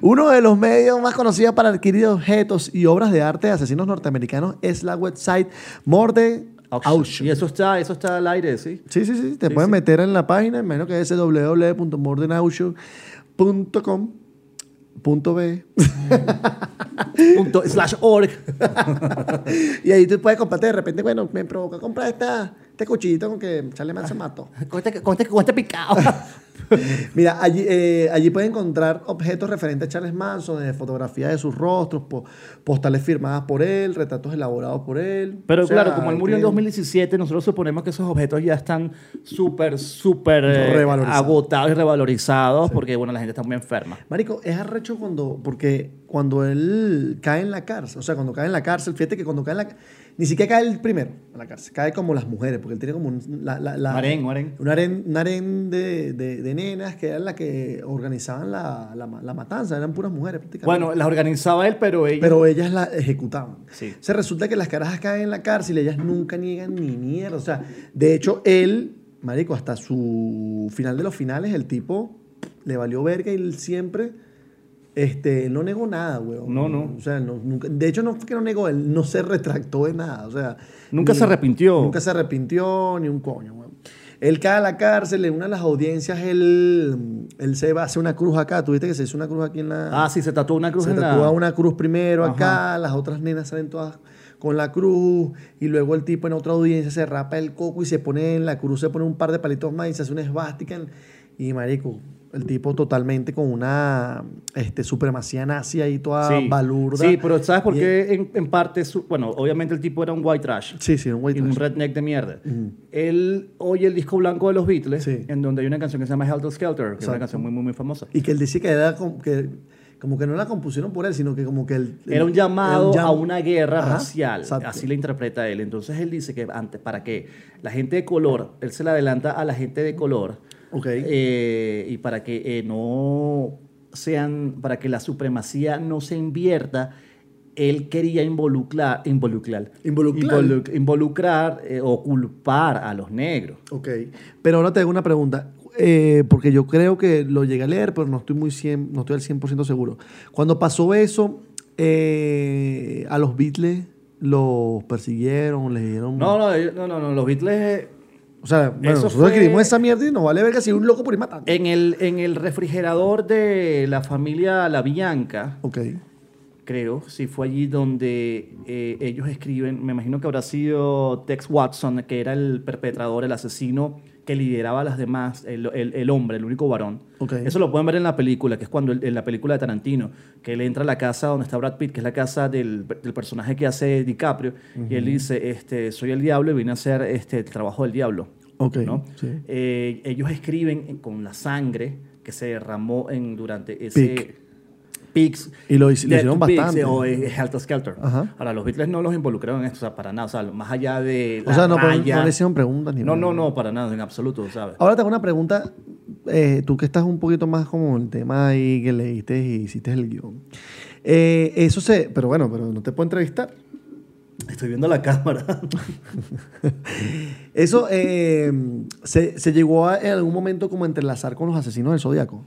Speaker 2: Uno de los medios más conocidos para adquirir objetos y obras de arte de asesinos norteamericanos es la website Morde Auction.
Speaker 4: Y eso está, eso está al aire, ¿sí?
Speaker 2: Sí, sí, sí. Te puedes meter en la página, menos que es www.mordenauction.com.be.
Speaker 4: [LAUGHS] Punto, slash org.
Speaker 2: [LAUGHS] y ahí tú puedes comprarte de repente, bueno, me provoca comprar esta, este cuchillito con que Charles Manson mató.
Speaker 4: Con este, con este- con este picado.
Speaker 2: Mira, allí, eh, allí puedes encontrar objetos referentes a Charles Manson, desde fotografías de sus rostros, po- postales firmadas por él, retratos elaborados por él.
Speaker 4: Pero
Speaker 2: O sea,
Speaker 4: claro, como él murió en
Speaker 2: tiene-
Speaker 4: 2017, nosotros suponemos que esos objetos ya están súper, súper eh,
Speaker 2: Revalorizados.
Speaker 4: agotados y revalorizados porque, bueno, la gente está muy enferma.
Speaker 2: Marico, es arrecho cuando, porque cuando él cae en la cárcel, o sea, cuando cae en la cárcel, fíjate que cuando cae en la ni siquiera cae el primero en la cárcel, cae como las mujeres, porque él tiene como un, la, la- la-
Speaker 4: Un harén, un harén.
Speaker 2: un harén- un harén de, de- de nenas que eran las que organizaban la, la ma- la matanza, eran puras mujeres prácticamente.
Speaker 4: Bueno, las organizaba él, pero ella...
Speaker 2: pero ellas la ejecutaban.
Speaker 4: Sí.
Speaker 2: Se resulta que las carajas caen en la cárcel y ellas nunca niegan ni mierda. O sea, de hecho, él, marico, hasta su final de los finales, el tipo le valió verga y él siempre este, no negó nada, weón.
Speaker 4: No, no.
Speaker 2: O sea, no- nunca- de hecho, no fue que no negó, él no se retractó de nada. O sea,
Speaker 4: Nunca se arrepintió.
Speaker 2: Nunca se arrepintió, ni un coño, weón. Él cae a la cárcel, en una de las audiencias él, él se va a hacer una cruz acá. ¿Tuviste que se hizo una cruz aquí en la...?
Speaker 4: Ah, sí, se tatuó una cruz
Speaker 2: Se
Speaker 4: en la-
Speaker 2: tatúa una cruz primero acá, las otras nenas salen todas con la cruz y luego el tipo en otra audiencia se rapa el coco y se pone en la cruz, se pone un par de palitos más y se hace una esvástica en- y marico, el tipo totalmente con una este, supremacía nazi ahí toda balurda.
Speaker 4: Sí, pero ¿sabes por
Speaker 2: Y-
Speaker 4: qué en, en parte... su- bueno, obviamente el tipo era un white trash.
Speaker 2: Sí, sí, un white
Speaker 4: y un
Speaker 2: trash.
Speaker 4: redneck de mierda. Él oye el disco blanco de los Beatles,
Speaker 2: Sí.
Speaker 4: en donde hay una canción que se llama Helter Skelter, que es
Speaker 2: Exacto.
Speaker 4: una canción muy, muy, muy famosa.
Speaker 2: Y que él decía que era como que, como que no la compusieron por él, sino que como que él...
Speaker 4: Era un llamado
Speaker 2: era un llam-
Speaker 4: a una guerra
Speaker 2: Ajá,
Speaker 4: racial,
Speaker 2: exacto.
Speaker 4: así la interpreta él. Entonces él dice que antes, para que la gente de color, él se le adelanta a la gente de color,
Speaker 2: Ok.
Speaker 4: eh, y para que eh, no sean, para que la supremacía no se invierta, él quería involucrar, involucrar,
Speaker 2: Involucrar.
Speaker 4: involuc- involucrar, eh, o culpar a los negros.
Speaker 2: Ok, pero ahora te hago una pregunta, eh, porque yo creo que lo llegué a leer, pero no estoy, muy cien- no estoy al 100% seguro. Cuando pasó eso, eh, a los Beatles los persiguieron, les dieron...
Speaker 4: No, no, ellos- no, no, no, los Beatles eh,
Speaker 2: o sea, bueno,
Speaker 4: eso
Speaker 2: nosotros
Speaker 4: fue- Eh,
Speaker 2: escribimos esa mierda y nos vale verga si un loco por ir matando.
Speaker 4: en el, en el refrigerador de la familia La Bianca,
Speaker 2: ok,
Speaker 4: creo, si fue allí donde eh, ellos escriben, me imagino que habrá sido Tex Watson, que era el perpetrador, el asesino que lideraba a las demás, el, el- el hombre, el único varón.
Speaker 2: Ok.
Speaker 4: Eso lo pueden ver en la película, que es cuando el- en la película de Tarantino, que él entra a la casa donde está Brad Pitt, que es la casa del, del personaje que hace DiCaprio, y él dice, este, soy el diablo y vine a hacer este, el trabajo del diablo.
Speaker 2: ok.
Speaker 4: ¿no?
Speaker 2: sí.
Speaker 4: Eh, ellos escriben en- con la sangre que se derramó en, durante ese...
Speaker 2: Pic.
Speaker 4: Pics.
Speaker 2: Y lo hic- lo
Speaker 4: Dead
Speaker 2: hicieron
Speaker 4: to Pics,
Speaker 2: bastante.
Speaker 4: eh, O eh, Helter Skelter.
Speaker 2: Ajá.
Speaker 4: Ahora, los Beatles no los involucraron en esto, o sea, para nada. O sea, más allá de la
Speaker 2: O sea, no, pero
Speaker 4: raya.
Speaker 2: no le hicieron Oh. preguntas ni
Speaker 4: No, no,
Speaker 2: nada.
Speaker 4: no, para nada, en absoluto, ¿sabes?
Speaker 2: Ahora te hago una pregunta, eh, tú que estás un poquito más como el tema ahí que leíste y hiciste el guión. Eh, eso se... Pero bueno, pero no te puedo entrevistar.
Speaker 4: Estoy viendo la cámara. [LAUGHS]
Speaker 2: Eso eh, se, se llegó a, en algún momento como a entrelazar con los asesinos del Zodíaco.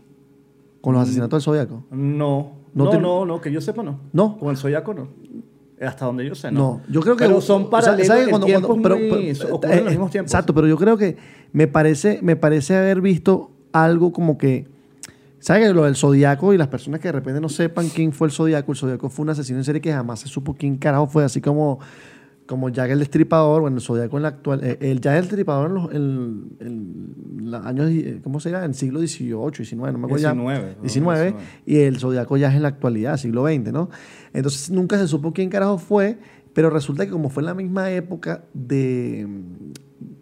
Speaker 2: Con los asesinatos del Zodiaco.
Speaker 4: No.
Speaker 2: No
Speaker 4: No, no,
Speaker 2: te-
Speaker 4: no, que yo sepa no.
Speaker 2: No.
Speaker 4: Con el zodiaco no. Hasta donde yo sé,
Speaker 2: No,
Speaker 4: no.
Speaker 2: yo creo que
Speaker 4: Pero
Speaker 2: o
Speaker 4: son
Speaker 2: sea,
Speaker 4: paralelos.
Speaker 2: ¿sabes?
Speaker 4: el
Speaker 2: Cuando-
Speaker 4: tiempo
Speaker 2: cuando-
Speaker 4: es muy-
Speaker 2: pero-
Speaker 4: ocurre en
Speaker 2: eh,
Speaker 4: los mismos tiempos.
Speaker 2: Exacto, pero yo creo que me parece, me parece haber visto algo como que. ¿Sabes que lo del Zodíaco y las personas que de repente no sepan quién fue el Zodíaco? El Zodíaco fue un asesino en serie que jamás se supo quién carajo fue, así como, como Jack el Destripador, bueno, el Zodíaco en la actual. eh, el Jack el Destripador en los en- en los años. eh, ¿Cómo se llama? En el siglo XVIII, XIX, no me acuerdo ya.
Speaker 4: 19, ¿no?
Speaker 2: 19, y el Zodíaco ya es en la actualidad, siglo XX, ¿no? Entonces nunca se supo quién carajo fue, pero resulta que como fue en la misma época de,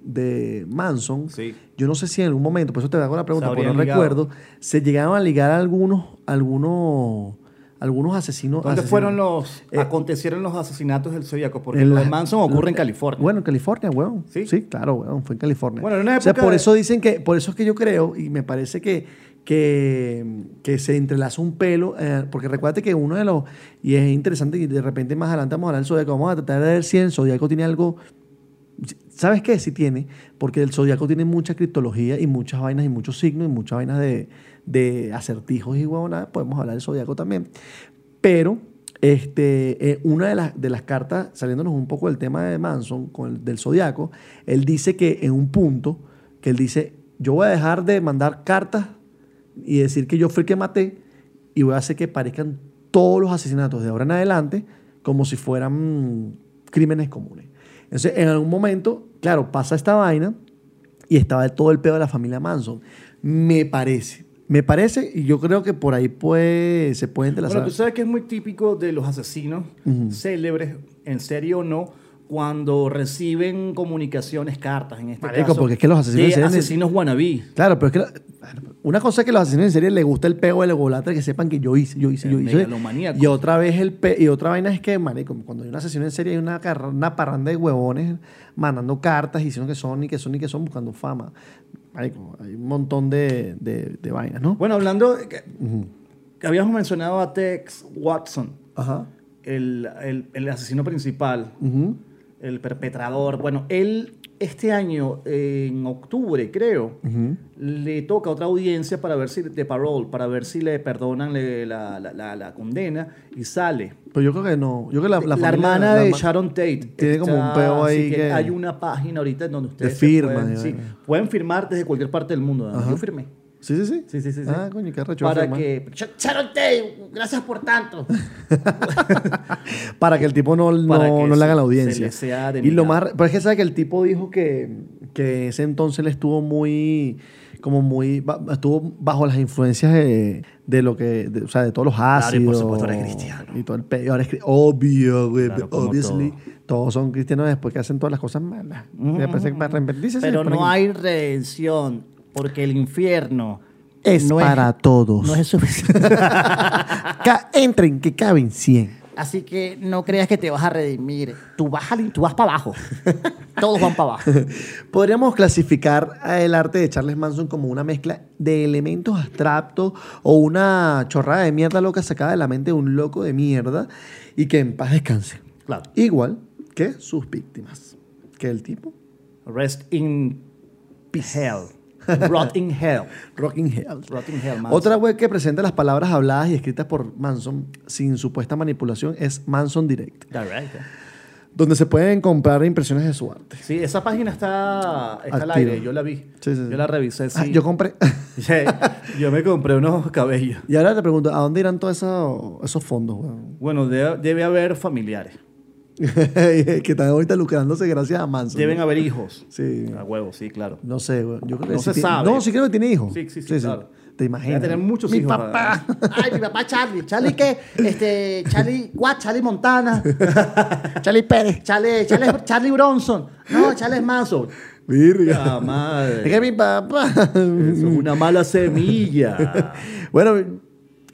Speaker 2: de Manson,
Speaker 4: Sí.
Speaker 2: yo no sé si en algún momento, por eso te hago la pregunta,
Speaker 4: Se
Speaker 2: porque no
Speaker 4: habrían ligado.
Speaker 2: recuerdo, se llegaron a ligar a algunos, algunos, algunos asesinos.
Speaker 4: ¿Dónde
Speaker 2: asesinos.
Speaker 4: fueron los.
Speaker 2: Eh,
Speaker 4: acontecieron los asesinatos del zodiaco? Porque
Speaker 2: en
Speaker 4: lo
Speaker 2: la-
Speaker 4: de
Speaker 2: [LAUGHS]
Speaker 4: Manson ocurre en California.
Speaker 2: Bueno, en California, weón. Sí,
Speaker 4: Sí.
Speaker 2: claro, weón, fue en California.
Speaker 4: Bueno, en una
Speaker 2: o sea,
Speaker 4: época
Speaker 2: por
Speaker 4: de-
Speaker 2: eso dicen que, por eso es que yo creo, y me parece que, que, que se entrelaza un pelo, eh, porque recuérdate que uno de los, y es interesante, y de repente más adelante vamos a hablar del zodiaco, vamos a tratar de ver si el zodiaco tiene algo. ¿Sabes qué? Sí tiene, porque el zodiaco tiene mucha criptología y muchas vainas y muchos signos y muchas vainas de, de acertijos y huevonadas. Podemos hablar del zodiaco también. Pero este, eh, una de las, de las cartas, saliéndonos un poco del tema de Manson, con el, del Zodiaco, él dice que en un punto, que él dice, yo voy a dejar de mandar cartas y decir que yo fui el que maté y voy a hacer que parezcan todos los asesinatos de ahora en adelante como si fueran mm, crímenes comunes. Entonces, en algún momento, claro, pasa esta vaina y estaba todo el pedo de la familia Manson. Me parece. Me parece, y yo creo que por ahí puede, se puede entrelazar.
Speaker 4: Bueno, tú sabes que es muy típico de los asesinos célebres, en serio o no, cuando reciben comunicaciones, cartas en este
Speaker 2: Marico,
Speaker 4: caso.
Speaker 2: porque es que los asesinos
Speaker 4: de
Speaker 2: seriales-
Speaker 4: asesinos wannabe.
Speaker 2: Claro, pero es que la- una cosa es que los asesinos en serie les gusta el pego del egolatra que sepan que yo hice, yo hice,
Speaker 4: El
Speaker 2: yo hice.
Speaker 4: megalomaníaco.
Speaker 2: Y otra vez el pe- y otra vaina es que, marico, cuando hay un asesino en serie hay una, carra- una parranda de huevones mandando cartas diciendo que son y que son y que son buscando fama. Marico, hay un montón de, de, de vainas, ¿no?
Speaker 4: Bueno, hablando, de que, que habíamos mencionado a Tex Watson,
Speaker 2: Ajá.
Speaker 4: el, el- el asesino principal, el perpetrador. Bueno, él este año, eh, en octubre creo, le toca otra audiencia para ver si, de parole, para ver si le perdonan le- la, la- la- la condena y sale.
Speaker 2: Pero yo creo que no. Yo creo que la,
Speaker 4: La,
Speaker 2: familia-
Speaker 4: hermana
Speaker 2: la
Speaker 4: de
Speaker 2: ma-
Speaker 4: Sharon Tate.
Speaker 2: tiene como un peo
Speaker 4: así
Speaker 2: ahí que-
Speaker 4: Hay una página ahorita en donde ustedes se
Speaker 2: firma, de
Speaker 4: pueden, sí,
Speaker 2: vaina.
Speaker 4: pueden firmar desde cualquier parte del mundo. ¿no? Yo firmé.
Speaker 2: Sí, sí, sí.
Speaker 4: Sí, sí, sí, sí.
Speaker 2: Ah, coño, qué arrecho,
Speaker 4: Para
Speaker 2: firma.
Speaker 4: que... Ch- Sharon Tate, gracias por
Speaker 2: [LAUGHS]
Speaker 4: tanto.
Speaker 2: para que el tipo no,
Speaker 4: Para
Speaker 2: no,
Speaker 4: que
Speaker 2: no le
Speaker 4: se-
Speaker 2: hagan la
Speaker 4: se
Speaker 2: audiencia.
Speaker 4: le sea
Speaker 2: y lo
Speaker 4: denigrado.
Speaker 2: más, re- pero es que sabe que el tipo dijo que, que ese entonces le estuvo muy, como muy, ba- estuvo bajo las influencias de, de lo que, de- o sea, de todos los ácidos.
Speaker 4: y por supuesto, era cristiano.
Speaker 2: Y todo el pe- y ahora es cri- obvio, güey,
Speaker 4: Claro, como
Speaker 2: obviously.
Speaker 4: todo. Mm,
Speaker 2: Todos son cristianos después que hacen todas las cosas malas. Me parece que para arrepentirse se
Speaker 4: Pero
Speaker 2: ponen-
Speaker 4: no hay redención, porque el infierno
Speaker 2: Es
Speaker 4: [LAUGHS] no
Speaker 2: para todos.
Speaker 4: No es suficiente.
Speaker 2: Ca- entren, que caben 100.
Speaker 4: Así que no creas que te vas a redimir. Tú vas, al- tú vas para abajo. Todos van para abajo.
Speaker 2: Podríamos clasificar el arte de Charles Manson como una mezcla de elementos abstractos o una chorrada de mierda loca sacada de la mente de un loco de mierda y que en paz descanse.
Speaker 4: Claro.
Speaker 2: Igual que sus víctimas. Que el tipo,
Speaker 4: Rest in hell. Rot in hell.
Speaker 2: Rocking Hell.
Speaker 4: Rotting hell, Manson.
Speaker 2: Otra web que presenta las palabras habladas y escritas por Manson sin supuesta manipulación es Manson Direct,
Speaker 4: Directo.
Speaker 2: donde se pueden comprar impresiones de su arte.
Speaker 4: Sí, esa página está, está al
Speaker 2: Activa.
Speaker 4: aire. Yo la vi.
Speaker 2: Sí, sí, sí.
Speaker 4: Yo la revisé. Sí.
Speaker 2: Ah,
Speaker 4: [LAUGHS]
Speaker 2: yo compré. [LAUGHS]
Speaker 4: yo me compré unos cabellos.
Speaker 2: y ahora te pregunto, ¿a dónde irán todos esos- esos fondos? weón?
Speaker 4: Bueno, de- debe haber familiares.
Speaker 2: [LAUGHS] que están ahorita lucrándose gracias a Manson.
Speaker 4: Deben haber hijos.
Speaker 2: Sí.
Speaker 4: A huevo, sí, claro.
Speaker 2: No sé, güey. Yo creo que
Speaker 4: No
Speaker 2: sí
Speaker 4: se
Speaker 2: tiene-
Speaker 4: sabe.
Speaker 2: No, sí creo que tiene hijos.
Speaker 4: Sí, sí, sí, claro.
Speaker 2: Te imaginas.
Speaker 4: Debe tener muchos
Speaker 2: Eh, Mi
Speaker 4: hijos,
Speaker 2: papá.
Speaker 6: Ay, mi papá Charlie. Charlie qué? Este, Charlie, what? Charlie Montana. Charlie Pérez. Charlie, Charlie, Charlie Bronson. No, Charlie Manson.
Speaker 2: Virga.
Speaker 4: Ah, madre.
Speaker 2: Es que mi papá.
Speaker 4: Eso es una mala semilla.
Speaker 2: bueno,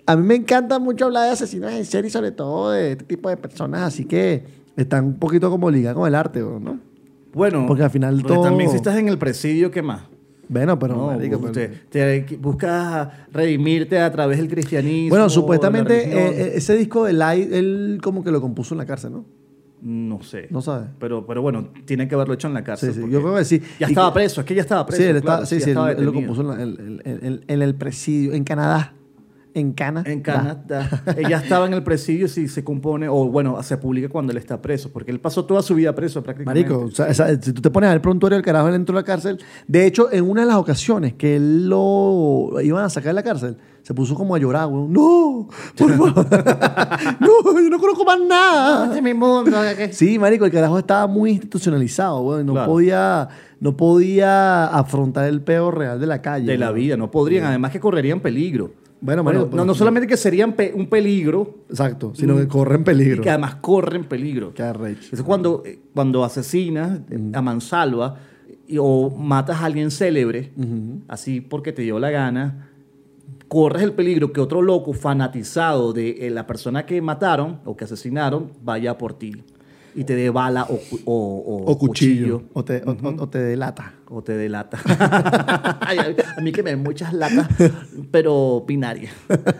Speaker 2: a mí me encanta mucho hablar de asesinos en serie, y sobre todo de este tipo de personas, así que están un poquito como ligadas con el arte, güey, ¿no?
Speaker 4: [LAUGHS] Bueno,
Speaker 2: Porque al final
Speaker 4: porque
Speaker 2: todo-
Speaker 4: También si estás en el presidio, ¿qué más?
Speaker 2: Bueno, pero.
Speaker 4: No, pues,
Speaker 2: marico,
Speaker 4: vos
Speaker 2: pero-
Speaker 4: te, te buscas redimirte a través del cristianismo.
Speaker 2: Bueno,
Speaker 4: de la
Speaker 2: supuestamente
Speaker 4: religión.
Speaker 2: eh, eh, ese disco de Light, él como que lo compuso en la cárcel, ¿no?
Speaker 4: No sé.
Speaker 2: No sabe.
Speaker 4: Pero, pero bueno, tiene que haberlo hecho en la
Speaker 2: Sí,
Speaker 4: cárcel.
Speaker 2: sí,
Speaker 4: porque
Speaker 2: yo creo que sí.
Speaker 4: Ya
Speaker 2: Y
Speaker 4: estaba
Speaker 2: que-
Speaker 4: preso, es que ya estaba preso.
Speaker 2: Sí, él, está,
Speaker 4: claro,
Speaker 2: sí,
Speaker 4: ya
Speaker 2: sí, él-
Speaker 4: estaba
Speaker 2: él lo
Speaker 4: detenido.
Speaker 2: compuso en, la- en- en- en- en el presidio, en Canadá. En Cana. [LAUGHS]
Speaker 4: En Canadá. Ella estaba en el presidio si se compone, o bueno, se publica cuando él está preso, porque él pasó toda su vida preso prácticamente.
Speaker 2: Marico, o sea, esa- si tú te pones a ver prontuario el carajo, él entró a la cárcel. De hecho, en una de las ocasiones que él lo iban a sacar de la cárcel, se puso como a llorar, weón. ¡No!
Speaker 4: [LAUGHS]
Speaker 2: ¡Por favor! [LAUGHS] ¡No! ¡Yo no conozco más
Speaker 6: Este
Speaker 2: nada!
Speaker 6: es mi mundo. ¿qué?
Speaker 2: Sí, marico, el carajo estaba muy institucionalizado, weón. No,
Speaker 4: Claro.
Speaker 2: podía, no podía afrontar el peor real de la calle.
Speaker 4: de la
Speaker 2: weón.
Speaker 4: vida, no podrían, además que correrían peligro.
Speaker 2: Bueno,
Speaker 4: Marico,
Speaker 2: bueno,
Speaker 4: no, no solamente que serían pe- un peligro,
Speaker 2: Exacto, sino que corre en peligro.
Speaker 4: que además corren peligro.
Speaker 2: Qué arrecho.
Speaker 4: Eso cuando, eh, cuando asesinas eh, a mansalva y- o matas a alguien célebre, así porque te dio la gana, corres el peligro que otro loco fanatizado de eh, la persona que mataron o que asesinaron vaya por ti y te dé bala o, cu- o, o-
Speaker 2: O cuchillo.
Speaker 4: cuchillo,
Speaker 2: O te, o- o- o te delata.
Speaker 4: o te delata. [LAUGHS] Ay, a mí que me den muchas latas, pero binaria.
Speaker 2: Bueno,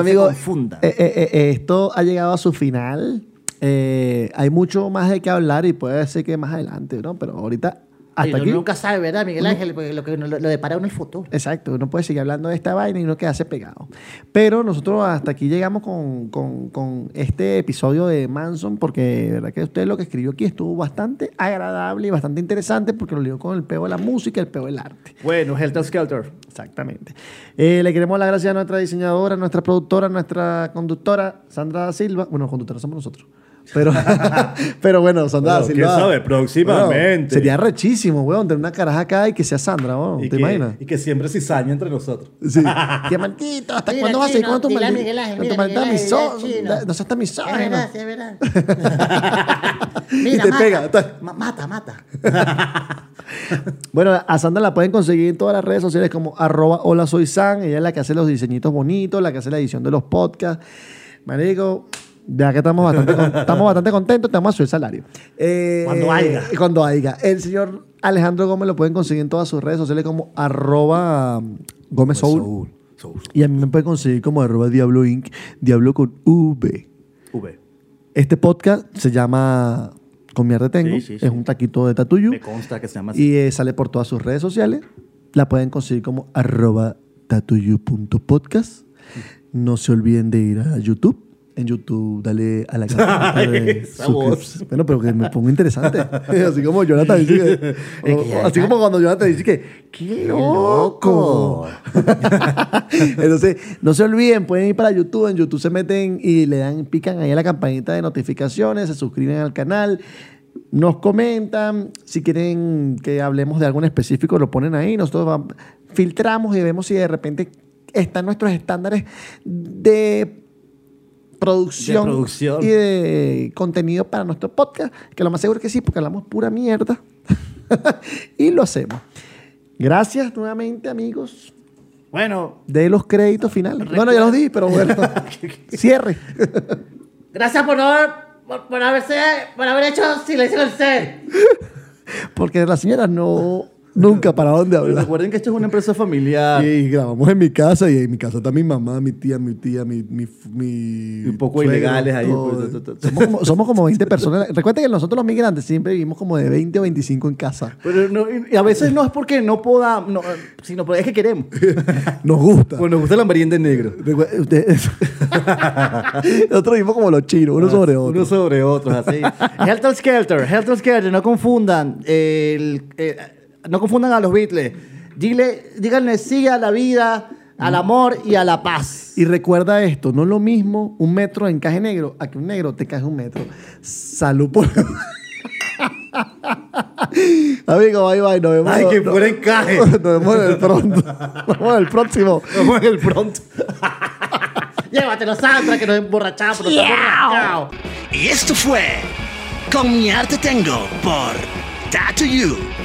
Speaker 4: No se
Speaker 2: amigo,
Speaker 4: confundan.
Speaker 2: eh, eh, eh, esto ha llegado a su final. Eh, hay mucho más de qué hablar y puede ser que más adelante, ¿no? Pero ahorita,
Speaker 6: Ay,
Speaker 2: hasta
Speaker 6: uno
Speaker 2: aquí.
Speaker 6: nunca sabe, ¿verdad, Miguel Ángel? Porque lo, que uno- lo, lo depara uno el futuro.
Speaker 2: Exacto, uno puede seguir hablando de esta vaina y uno quedarse pegado. Pero nosotros hasta aquí llegamos con, con- con este episodio de Manson, porque de verdad que usted lo que escribió aquí estuvo bastante agradable y bastante interesante, porque lo lió con el peo de la música y el peo del arte.
Speaker 4: Bueno, Helter Skelter.
Speaker 2: Exactamente. Eh, le queremos dar las gracias a nuestra diseñadora, nuestra productora, nuestra conductora, Sandra da Silva. Bueno, conductora somos nosotros.
Speaker 4: [LAUGHS]
Speaker 2: Pero, pero bueno, Sandra da
Speaker 4: Bueno,
Speaker 2: Silva.
Speaker 4: quién sabe, próximamente.
Speaker 2: Bueno, sería rechísimo, weón, tener una caraja acá y que sea Sandra, weón. ¿Te
Speaker 4: que,
Speaker 2: imaginas?
Speaker 4: Y que siempre cizaña entre nosotros. [LAUGHS]
Speaker 2: Sí. Qué maldito, ¿hasta
Speaker 6: Mira,
Speaker 2: cuándo vas a seguir
Speaker 6: chino,
Speaker 2: con tu
Speaker 6: dile a
Speaker 2: maldito?
Speaker 6: Miguel Ángel,
Speaker 2: con tu
Speaker 6: mira,
Speaker 2: maldita
Speaker 6: Miguel Ángel,
Speaker 2: miso-
Speaker 6: dile al chino.
Speaker 2: da- No seas tan misógino.
Speaker 6: Es verdad, sí,
Speaker 2: [LAUGHS]
Speaker 6: es verdad.
Speaker 2: Y te pega, ta-
Speaker 6: ma- mata, mata.
Speaker 2: Bueno, a Sandra la pueden conseguir en todas las redes sociales como arroba hola soy San. Ella es la que hace los diseñitos bonitos, la que hace la edición de los podcasts. Marico, ya que estamos bastante, con- estamos bastante contentos, te vamos a subir salario. Eh,
Speaker 4: Cuando haya.
Speaker 2: Cuando haya. El señor Alejandro Gómez lo pueden conseguir en todas sus redes sociales como arroba mm, Gómez Soul. Y a mí me pueden conseguir como arroba Diablo Inc. Diablo con V.
Speaker 4: V.
Speaker 2: Este podcast se llama Con mierda tengo.
Speaker 4: Sí, sí, sí.
Speaker 2: Es un taquito de tatuyu.
Speaker 4: Me consta que se llama así.
Speaker 2: Y eh, sale por todas sus redes sociales. La pueden conseguir como arroba tatuyu.podcast. No se olviden de ir a YouTube. En YouTube, dale a la
Speaker 4: [LAUGHS]
Speaker 2: campanita de
Speaker 4: Esa
Speaker 2: suscribirse. Bueno, pero que me pongo interesante. [LAUGHS] así como Jonathan dice
Speaker 4: [LAUGHS]
Speaker 2: que- o- o así como cuando Jonathan dice que ¡Qué loco! [LAUGHS] Entonces, no se olviden, pueden ir para YouTube. En YouTube se meten y le dan, pican ahí a la campanita de notificaciones, se suscriben al canal, nos comentan. Si quieren que hablemos de algo en específico, lo ponen ahí. Nosotros vam- filtramos y vemos si de repente están nuestros estándares de producción,
Speaker 4: De producción.
Speaker 2: y de contenido para nuestro podcast, que lo más seguro es que sí, porque hablamos pura mierda. [LAUGHS] y lo hacemos. Gracias nuevamente, amigos.
Speaker 4: Bueno,
Speaker 2: De los créditos finales. No, no, ya los di, pero [LAUGHS] bueno. Cierre.
Speaker 6: Gracias por no haber, por, por haberse, por haber hecho silencio el ser.
Speaker 2: Porque las señoras no nunca pararon de hablar.
Speaker 4: recuerden que esto es una empresa familiar.
Speaker 2: Y grabamos en mi casa y en mi casa está mi mamá, mi tía, mi tía, mi... mi, mi
Speaker 4: Un poco
Speaker 2: suegro,
Speaker 4: ilegales ahí,
Speaker 2: todo.
Speaker 4: pues, to- to- to-
Speaker 2: Somos como, somos como 20 [LAUGHS] personas. Recuerda que nosotros los migrantes siempre vivimos como de 20 o 25 en casa.
Speaker 4: Pero no- y a veces no es porque no podamos, no, sino porque es que queremos.
Speaker 2: Nos gusta.
Speaker 4: Bueno, nos gusta la merienda en negro.
Speaker 2: Recuer- ustedes- [LAUGHS] Nosotros vivimos como los chinos, Ah, uno sobre otro.
Speaker 4: Uno sobre
Speaker 2: [LAUGHS]
Speaker 4: otros, así. Helter Skelter, Helter Skelter, no confundan. el- eh, no confundan a los Beatles. Dile, díganle sí a la vida, al amor y a la paz.
Speaker 2: Y recuerda esto, no es lo mismo un metro de encaje negro a que un negro te caje un metro. Salud por... [LAUGHS] Amigo, bye bye, nos vemos.
Speaker 4: Ay, que
Speaker 2: no-
Speaker 4: fuera [LAUGHS]
Speaker 2: [LAUGHS]
Speaker 4: encaje.
Speaker 2: Nos vemos en el pronto. Nos vemos en el próximo.
Speaker 4: Nos vemos en el pronto.
Speaker 6: Llévatelo, Sandra, que nos emborrachamos, nos hemos emborrachado.
Speaker 1: Y esto fue Con mi arte tengo por Tattoo You